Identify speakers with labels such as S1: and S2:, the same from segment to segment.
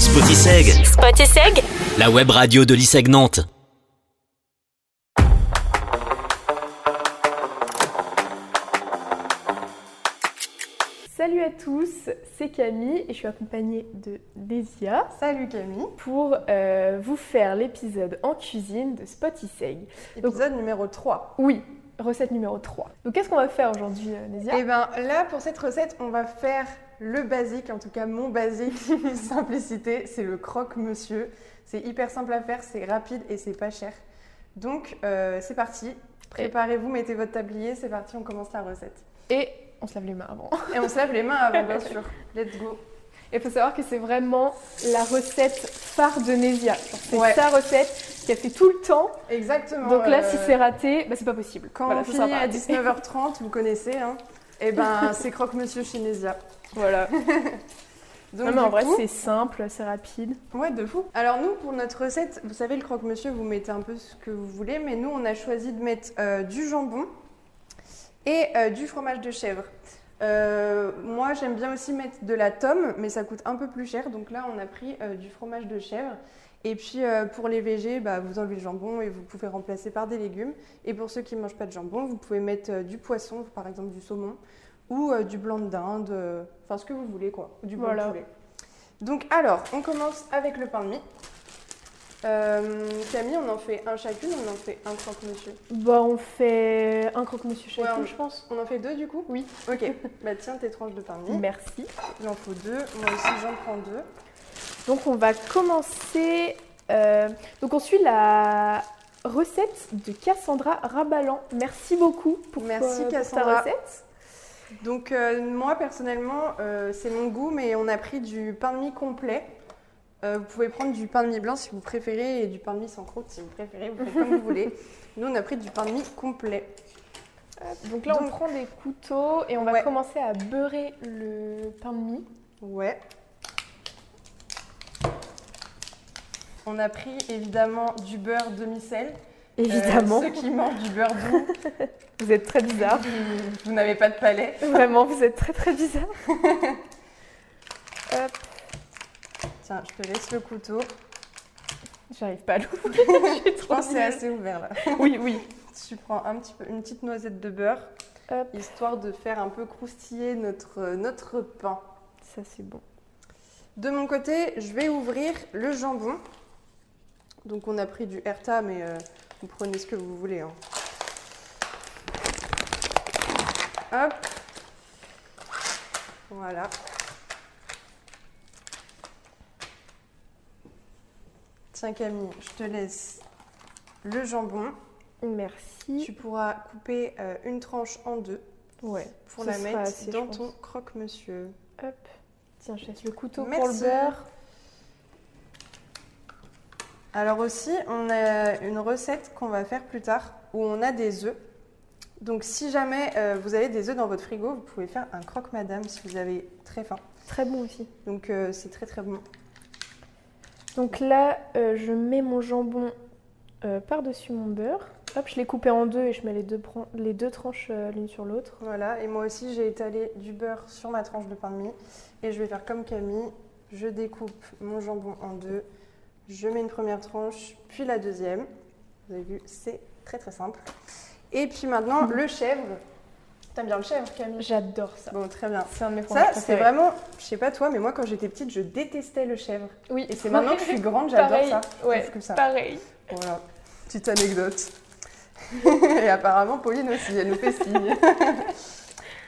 S1: Spotiseg,
S2: Spot et seg
S1: la web radio de l'ISEG Nantes.
S3: Salut à tous, c'est Camille et je suis accompagnée de Désia
S4: Salut Camille,
S3: pour euh, vous faire l'épisode en cuisine de Spotiseg.
S4: épisode numéro 3.
S3: Oui, recette numéro 3. Donc qu'est-ce qu'on va faire aujourd'hui euh, Désia
S4: Et ben là pour cette recette, on va faire le basique, en tout cas mon basique, simplicité, c'est le croque-monsieur. C'est hyper simple à faire, c'est rapide et c'est pas cher. Donc euh, c'est parti, préparez-vous, mettez votre tablier, c'est parti, on commence la recette.
S3: Et on se lave les mains avant.
S4: Et on se lave les mains avant bien sûr. Let's go.
S3: Et il faut savoir que c'est vraiment la recette phare de Nésia. Genre, C'est
S4: Ouais.
S3: sa recette qu'elle fait tout le temps.
S4: Exactement.
S3: Donc là,
S4: euh,
S3: si c'est raté, bah, c'est pas possible.
S4: quand
S3: Voilà,
S4: on
S3: ça sera
S4: finit
S3: pas
S4: à
S3: raté.
S4: 19h30, vous connaissez hein. Et ben c'est croque-monsieur chinésia.
S3: Voilà.
S4: Donc
S3: Non, mais en
S4: du
S3: vrai,
S4: coup-
S3: c'est simple, c'est rapide.
S4: Ouais, de fou. Alors nous, pour notre recette, vous savez, le croque-monsieur, vous mettez un peu ce que vous voulez, mais nous, on a choisi de mettre euh, du jambon et euh, du fromage de chèvre. Euh, moi, j'aime bien aussi mettre de la tome, mais ça coûte un peu plus cher. Donc là, on a pris euh, du fromage de chèvre. Et puis euh, pour les végés, bah, vous enlevez le jambon et vous pouvez remplacer par des légumes. Et pour ceux qui ne mangent pas de jambon, vous pouvez mettre euh, du poisson, par exemple du saumon, ou euh, du blanc de dinde, euh, enfin ce que vous voulez quoi, ou du blanc
S3: Voilà.
S4: de poulet. Donc alors, on commence avec le pain de mie. Euh, Camille, on en fait un chacune, on en fait un croque-monsieur.
S3: Bah, on fait un croque-monsieur
S4: Ouais,
S3: chacun,
S4: on-
S3: je pense.
S4: On en fait deux du coup
S3: Oui.
S4: Ok, bah tiens tes tranches de pain de mie.
S3: Merci.
S4: Il en faut deux, moi aussi j'en prends deux.
S3: Donc on va commencer. euh, donc on suit la recette de Cassandra Rabalan. Merci beaucoup pour, euh,
S4: Merci,
S3: pour ta
S4: Cassandra.
S3: recette.
S4: Donc euh, moi personnellement, euh, c'est mon goût, mais on a pris du pain de mie complet. Euh, vous pouvez prendre du pain de mie blanc si vous préférez et du pain de mie sans croûte si vous préférez, vous faites comme vous voulez. Nous on a pris du pain de mie complet.
S3: Donc là on
S4: Donc-
S3: prend des couteaux et on va
S4: Ouais.
S3: commencer à beurrer le pain de mie.
S4: Ouais. On a pris évidemment du beurre demi-sel. Euh,
S3: Évidemment,
S4: ceux qui mangent du beurre doux,
S3: vous êtes très bizarre.
S4: vous n'avez pas de palais.
S3: Vraiment, vous êtes très très bizarre. Hop,
S4: Tiens, je te laisse le couteau.
S3: j'arrive pas à l'ouvrir. Je suis
S4: Je
S3: trop
S4: pense que c'est
S3: nulle.
S4: assez ouvert là.
S3: Oui, oui.
S4: Tu prends un petit peu, une petite noisette de beurre,
S3: Hop.
S4: histoire de faire un peu croustiller notre, euh, notre pain.
S3: Ça c'est bon.
S4: De mon côté, je vais ouvrir le jambon. Donc on a pris du Herta, mais euh, vous prenez ce que vous voulez. hein. Hop. Voilà. Tiens Camille, je te laisse le jambon. Tu
S3: Merci.
S4: pourras couper euh, une tranche en deux
S3: Ouais.
S4: pour
S3: ce
S4: la
S3: sera
S4: mettre
S3: assez, je
S4: dans
S3: pense.
S4: ton croque-monsieur.
S3: Hop. Tiens, je laisse le couteau pour le
S4: Merci.
S3: beurre.
S4: Alors aussi, on a une recette qu'on va faire plus tard où on a des œufs. Donc si jamais euh, vous avez des œufs dans votre frigo, vous pouvez faire un croque madame si vous avez très faim.
S3: Très bon aussi.
S4: Donc euh, c'est très très bon.
S3: Donc là, euh, je mets mon jambon euh, par-dessus mon beurre. Hop, je l'ai coupé en deux et je mets les deux, bran- les deux tranches euh, l'une sur l'autre.
S4: Voilà, et moi aussi j'ai étalé du beurre sur ma tranche de pain de mie et je vais faire comme Camille, je découpe mon jambon en deux, je mets une première tranche, puis la deuxième. Vous avez vu, c'est très très simple. Et puis maintenant le chèvre. T'aimes bien le chèvre Camille
S3: J'adore ça.
S4: Bon, très bien.
S3: C'est un de mes
S4: Ça,
S3: fromages
S4: c'est
S3: préférés.
S4: vraiment, je sais pas toi, mais moi quand j'étais petite, je détestais le chèvre.
S3: Oui,
S4: Et c'est maintenant que je suis grande, j'adore
S3: pareil.
S4: ça.
S3: Ouais,
S4: comme ça.
S3: pareil.
S4: Voilà, petite anecdote. Et apparemment, Pauline aussi, elle nous fait signe.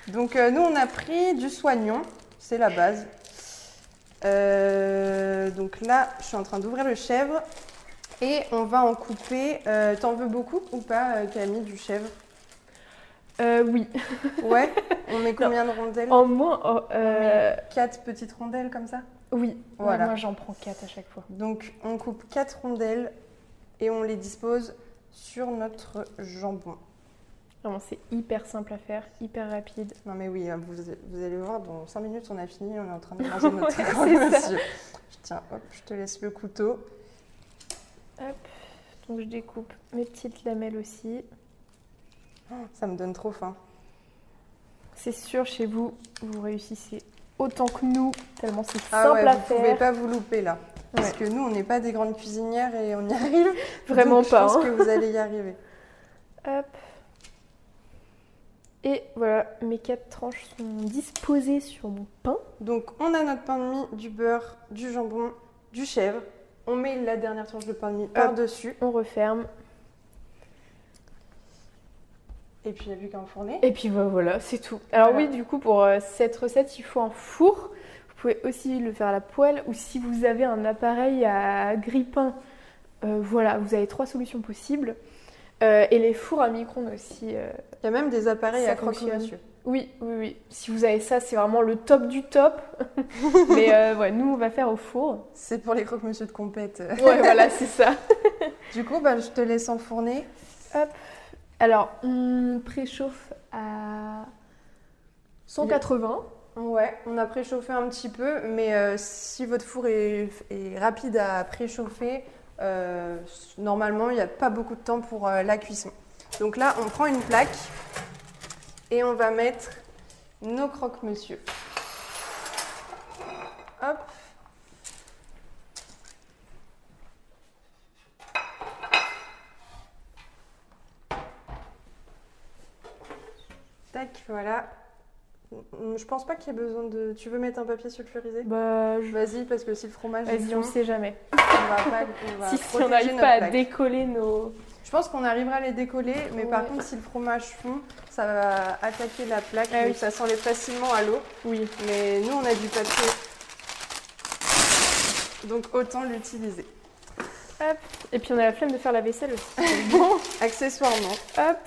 S4: Donc, euh, nous, on a pris du soignon, c'est la base. Euh, donc là, je suis en train d'ouvrir le chèvre et on va en couper. euh, T'en veux beaucoup ou pas, euh, Camille, du chèvre
S3: Euh, oui.
S4: Ouais, on met combien de rondelles
S3: En moins, oh, euh,
S4: Quatre petites rondelles comme ça
S3: oui. Ouais,
S4: Voilà.
S3: moi, j'en prends quatre à chaque fois.
S4: Donc on coupe 4 rondelles et on les dispose sur notre jambon.
S3: Vraiment, c'est hyper simple à faire, hyper rapide.
S4: Non mais oui, hein, vous, vous allez voir, dans 5 minutes on a fini, on est en train de manger notre
S3: Ouais,
S4: grand
S3: c'est ça.
S4: monsieur. Je- Tiens, hop, je te laisse le couteau.
S3: Donc, je découpe mes petites lamelles aussi.
S4: Ça me donne trop faim.
S3: C'est sûr, chez vous, vous réussissez autant que nous, tellement c'est
S4: Ah
S3: simple
S4: ouais,
S3: à
S4: vous pouvez
S3: faire.
S4: pas vous louper là. Parce
S3: Ouais.
S4: que nous, on n'est pas des grandes cuisinières et on y arrive.
S3: Vraiment
S4: Donc,
S3: pas.
S4: Je pense
S3: hein.
S4: que vous allez y arriver.
S3: Hop. Et voilà, mes quatre tranches sont disposées sur mon pain.
S4: Donc on a notre pain de mie, du beurre, du jambon, du chèvre. On met la dernière tranche de pain de mie par-dessus.
S3: On referme.
S4: Et puis il n'y a plus qu'à enfourner.
S3: Et puis bah, voilà, c'est tout. Alors
S4: Voilà.
S3: oui, du coup, pour euh, cette recette, il faut un four. Vous pouvez aussi le faire à la poêle ou si vous avez un appareil à grille-pain, euh, voilà, vous avez trois solutions possibles. Euh, et les fours à micro-ondes aussi. euh,
S4: Il y a même des appareils
S3: Ça
S4: à croquer
S3: fonctionne.
S4: dessus.
S3: Oui, oui, oui. Si vous avez ça, c'est vraiment le top du top. Mais euh, ouais, nous, on va faire au four.
S4: C'est pour les croque-monsieur de compète.
S3: Ouais, voilà, c'est ça.
S4: Du coup, bah, je te laisse enfourner.
S3: Alors, on préchauffe à 180.
S4: Ouais, on a préchauffé un petit peu, mais euh, si votre four est, est rapide à préchauffer, euh, normalement, il n'y a pas beaucoup de temps pour euh, la cuisson. Donc là, on prend une plaque et on va mettre nos croque-monsieur. Hop. Tac, voilà. Mm, Je pense pas qu'il y ait besoin de. Tu veux mettre un papier sulfurisé
S3: Bah, je...
S4: Vas-y, parce que si le fromage est
S3: Vas-y, on
S4: bon,
S3: sait jamais.
S4: on va pas. On va
S3: si, si on
S4: protéger
S3: n'arrive
S4: notre
S3: pas à
S4: plaque.
S3: décoller nos...
S4: Je pense qu'on arrivera à les décoller, mais par
S3: Ouais.
S4: contre, si le fromage fond, ça va attaquer la plaque,
S3: Ah
S4: donc
S3: oui.
S4: ça s'enlève facilement à l'eau.
S3: Oui.
S4: Mais nous, on a du papier, donc autant l'utiliser.
S3: Et puis, on a la flemme de faire la vaisselle aussi.
S4: Accessoirement,
S3: Hop,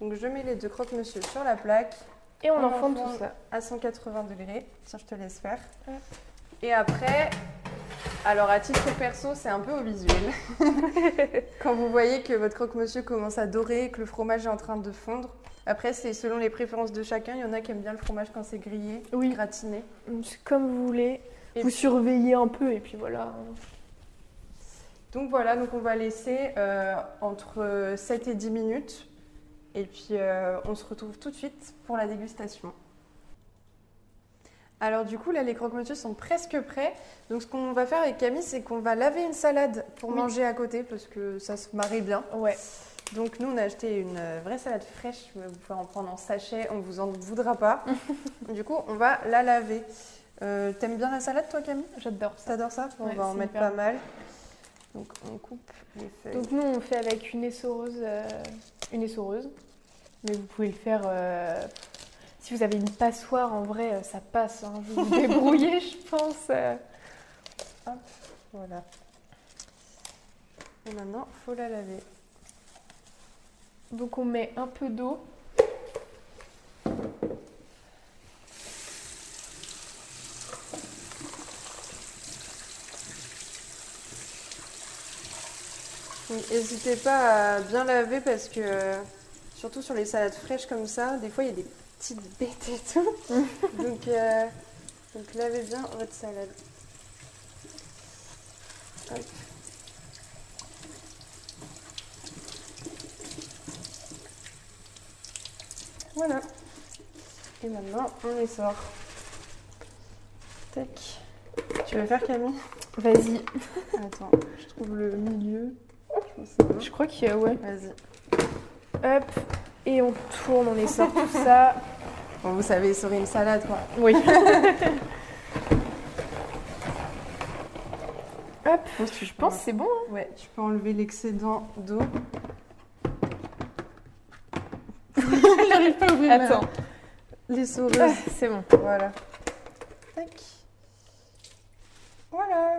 S4: donc je mets les deux croque-monsieur sur la plaque
S3: et on,
S4: On
S3: enfonce
S4: enfonce.
S3: tout ça.
S4: à 180 degrés. Tiens, je te laisse faire.
S3: Hop.
S4: Et après, alors à titre perso, c'est un peu au visuel. Quand vous voyez que votre croque-monsieur commence à dorer et que le fromage est en train de fondre, après, c'est selon les préférences de chacun. Il y en a qui aiment bien le fromage quand c'est grillé,
S3: Oui.
S4: gratiné.
S3: C'est Comme vous voulez.
S4: Et
S3: vous
S4: puis-
S3: surveillez un peu, et puis voilà.
S4: Donc voilà, donc on va laisser euh, entre 7 et 10 minutes. Et puis euh, on se retrouve tout de suite pour la dégustation. Alors du coup, là, les croque-monsieur sont presque prêts. Donc ce qu'on va faire avec Camille, c'est qu'on va laver une salade pour
S3: Oui.
S4: manger à côté parce que ça se marie bien.
S3: Ouais.
S4: Donc nous, on a acheté une euh, vraie salade fraîche. Vous pouvez en prendre en sachet, on vous en voudra pas. du coup, on va la laver. Euh, T'aimes bien la salade, toi, Camille
S3: J'adore ça.
S4: T'adores ça On
S3: Ouais,
S4: va en
S3: c'est
S4: mettre
S3: hyper
S4: pas mal. Donc on coupe les feuilles.
S3: Donc nous on fait avec une essoreuse, euh, une essoreuse, mais vous pouvez le faire euh, si vous avez une passoire en vrai euh, ça passe, hein. vous vous débrouillez je pense. euh.
S4: voilà. Et maintenant, faut la laver.
S3: Donc on met un peu d'eau.
S4: Donc n'hésitez pas à bien laver parce que, euh, surtout sur les salades fraîches comme ça, des fois il y a des petites bêtes et tout. donc, euh, donc lavez bien votre salade. Hop. Voilà. Et maintenant, on les sort. Tac. Tu veux faire Camille
S3: Vas-y.
S4: Attends, je trouve le milieu. Je pense que ça va.
S3: Je crois que ouais.
S4: Vas-y.
S3: Hop et on tourne, on essore tout ça.
S4: Bon, vous savez, sauver une salade, quoi.
S3: Oui.
S4: Je pense que
S3: Je pense que c'est bon. hein.
S4: Ouais, tu peux enlever l'excédent d'eau. Je n'arrive pas à ouvrir
S3: Attends,
S4: les
S3: Ah,
S4: souris.
S3: c'est bon.
S4: voilà. Tac. Voilà.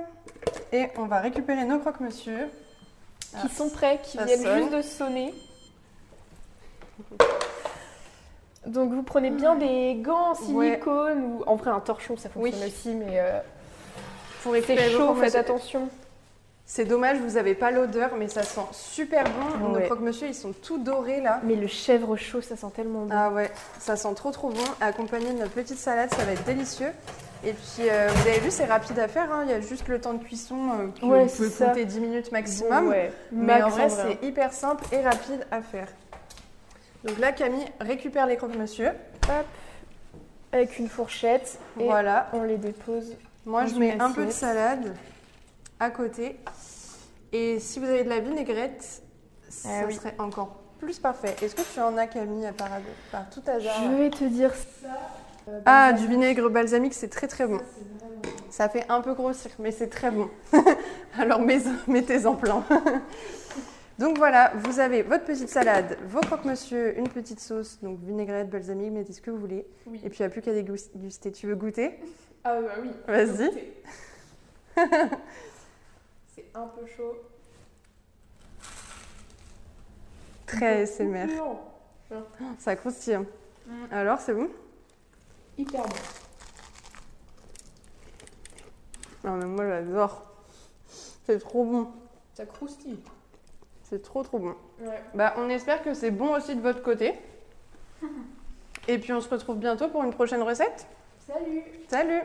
S4: Et on va récupérer nos croque-monsieur. Ah.
S3: Qui sont prêts, qui
S4: ça
S3: viennent
S4: sonne.
S3: juste de sonner. Donc vous prenez bien des gants en
S4: Ouais.
S3: silicone ou en vrai un torchon ça
S4: Oui.
S3: fonctionne aussi mais euh,
S4: Pour
S3: c'est
S4: récupérer
S3: chaud
S4: vos
S3: faites
S4: croque-monsieur.
S3: attention.
S4: C'est dommage, vous n'avez pas l'odeur, mais ça sent super bon.
S3: Ouais.
S4: Nos croque-monsieur, ils sont tout dorés là.
S3: Mais le chèvre chaud ça sent tellement bon.
S4: Ah ouais, ça sent trop trop bon. Accompagné de notre petite salade, ça va être délicieux. Et puis, euh, vous avez vu, c'est rapide à faire. hein. Il y a juste le temps de cuisson euh, que
S3: Ouais,
S4: vous pouvez
S3: c'est ça.
S4: compter 10 minutes maximum.
S3: Ouais.
S4: Mais
S3: Max, hein.
S4: en vrai, c'est hyper simple et rapide à faire. Donc là, Camille récupère les croque-monsieur.
S3: avec une fourchette et
S4: Voilà.
S3: on les dépose.
S4: Moi,
S3: dans
S4: je
S3: une
S4: mets un peu de
S3: assiette.
S4: salade. à côté. Et si vous avez de la vinaigrette, ça
S3: Ah oui.
S4: serait encore plus parfait. Est-ce que tu en as, Camille, à par, par tout hasard
S3: Je vais te dire ça. euh,
S4: Ah,
S3: ben,
S4: du vinaigre balsamique, c'est très très bon. Ça fait un peu grossir, mais c'est très bon. Alors mets- mettez-en plein. donc voilà, vous avez votre petite salade, vos croque-monsieur, une petite sauce, donc vinaigrette, balsamique, mettez ce que vous voulez.
S3: Oui.
S4: Et puis il n'y a plus qu'à dégus- déguster. Tu veux goûter
S3: Ah bah oui.
S4: Vas-y.
S3: goûter. C'est un peu chaud.
S4: Très SMR.
S3: Croustillant.
S4: Ça croustille. Alors c'est bon
S3: Hyper bon.
S4: Non mais moi j'adore. C'est trop bon.
S3: Ça croustille.
S4: C'est trop trop bon.
S3: Ouais.
S4: Bah, on espère que c'est bon aussi de votre côté. Et puis on se retrouve bientôt pour une prochaine recette.
S3: Salut
S4: Salut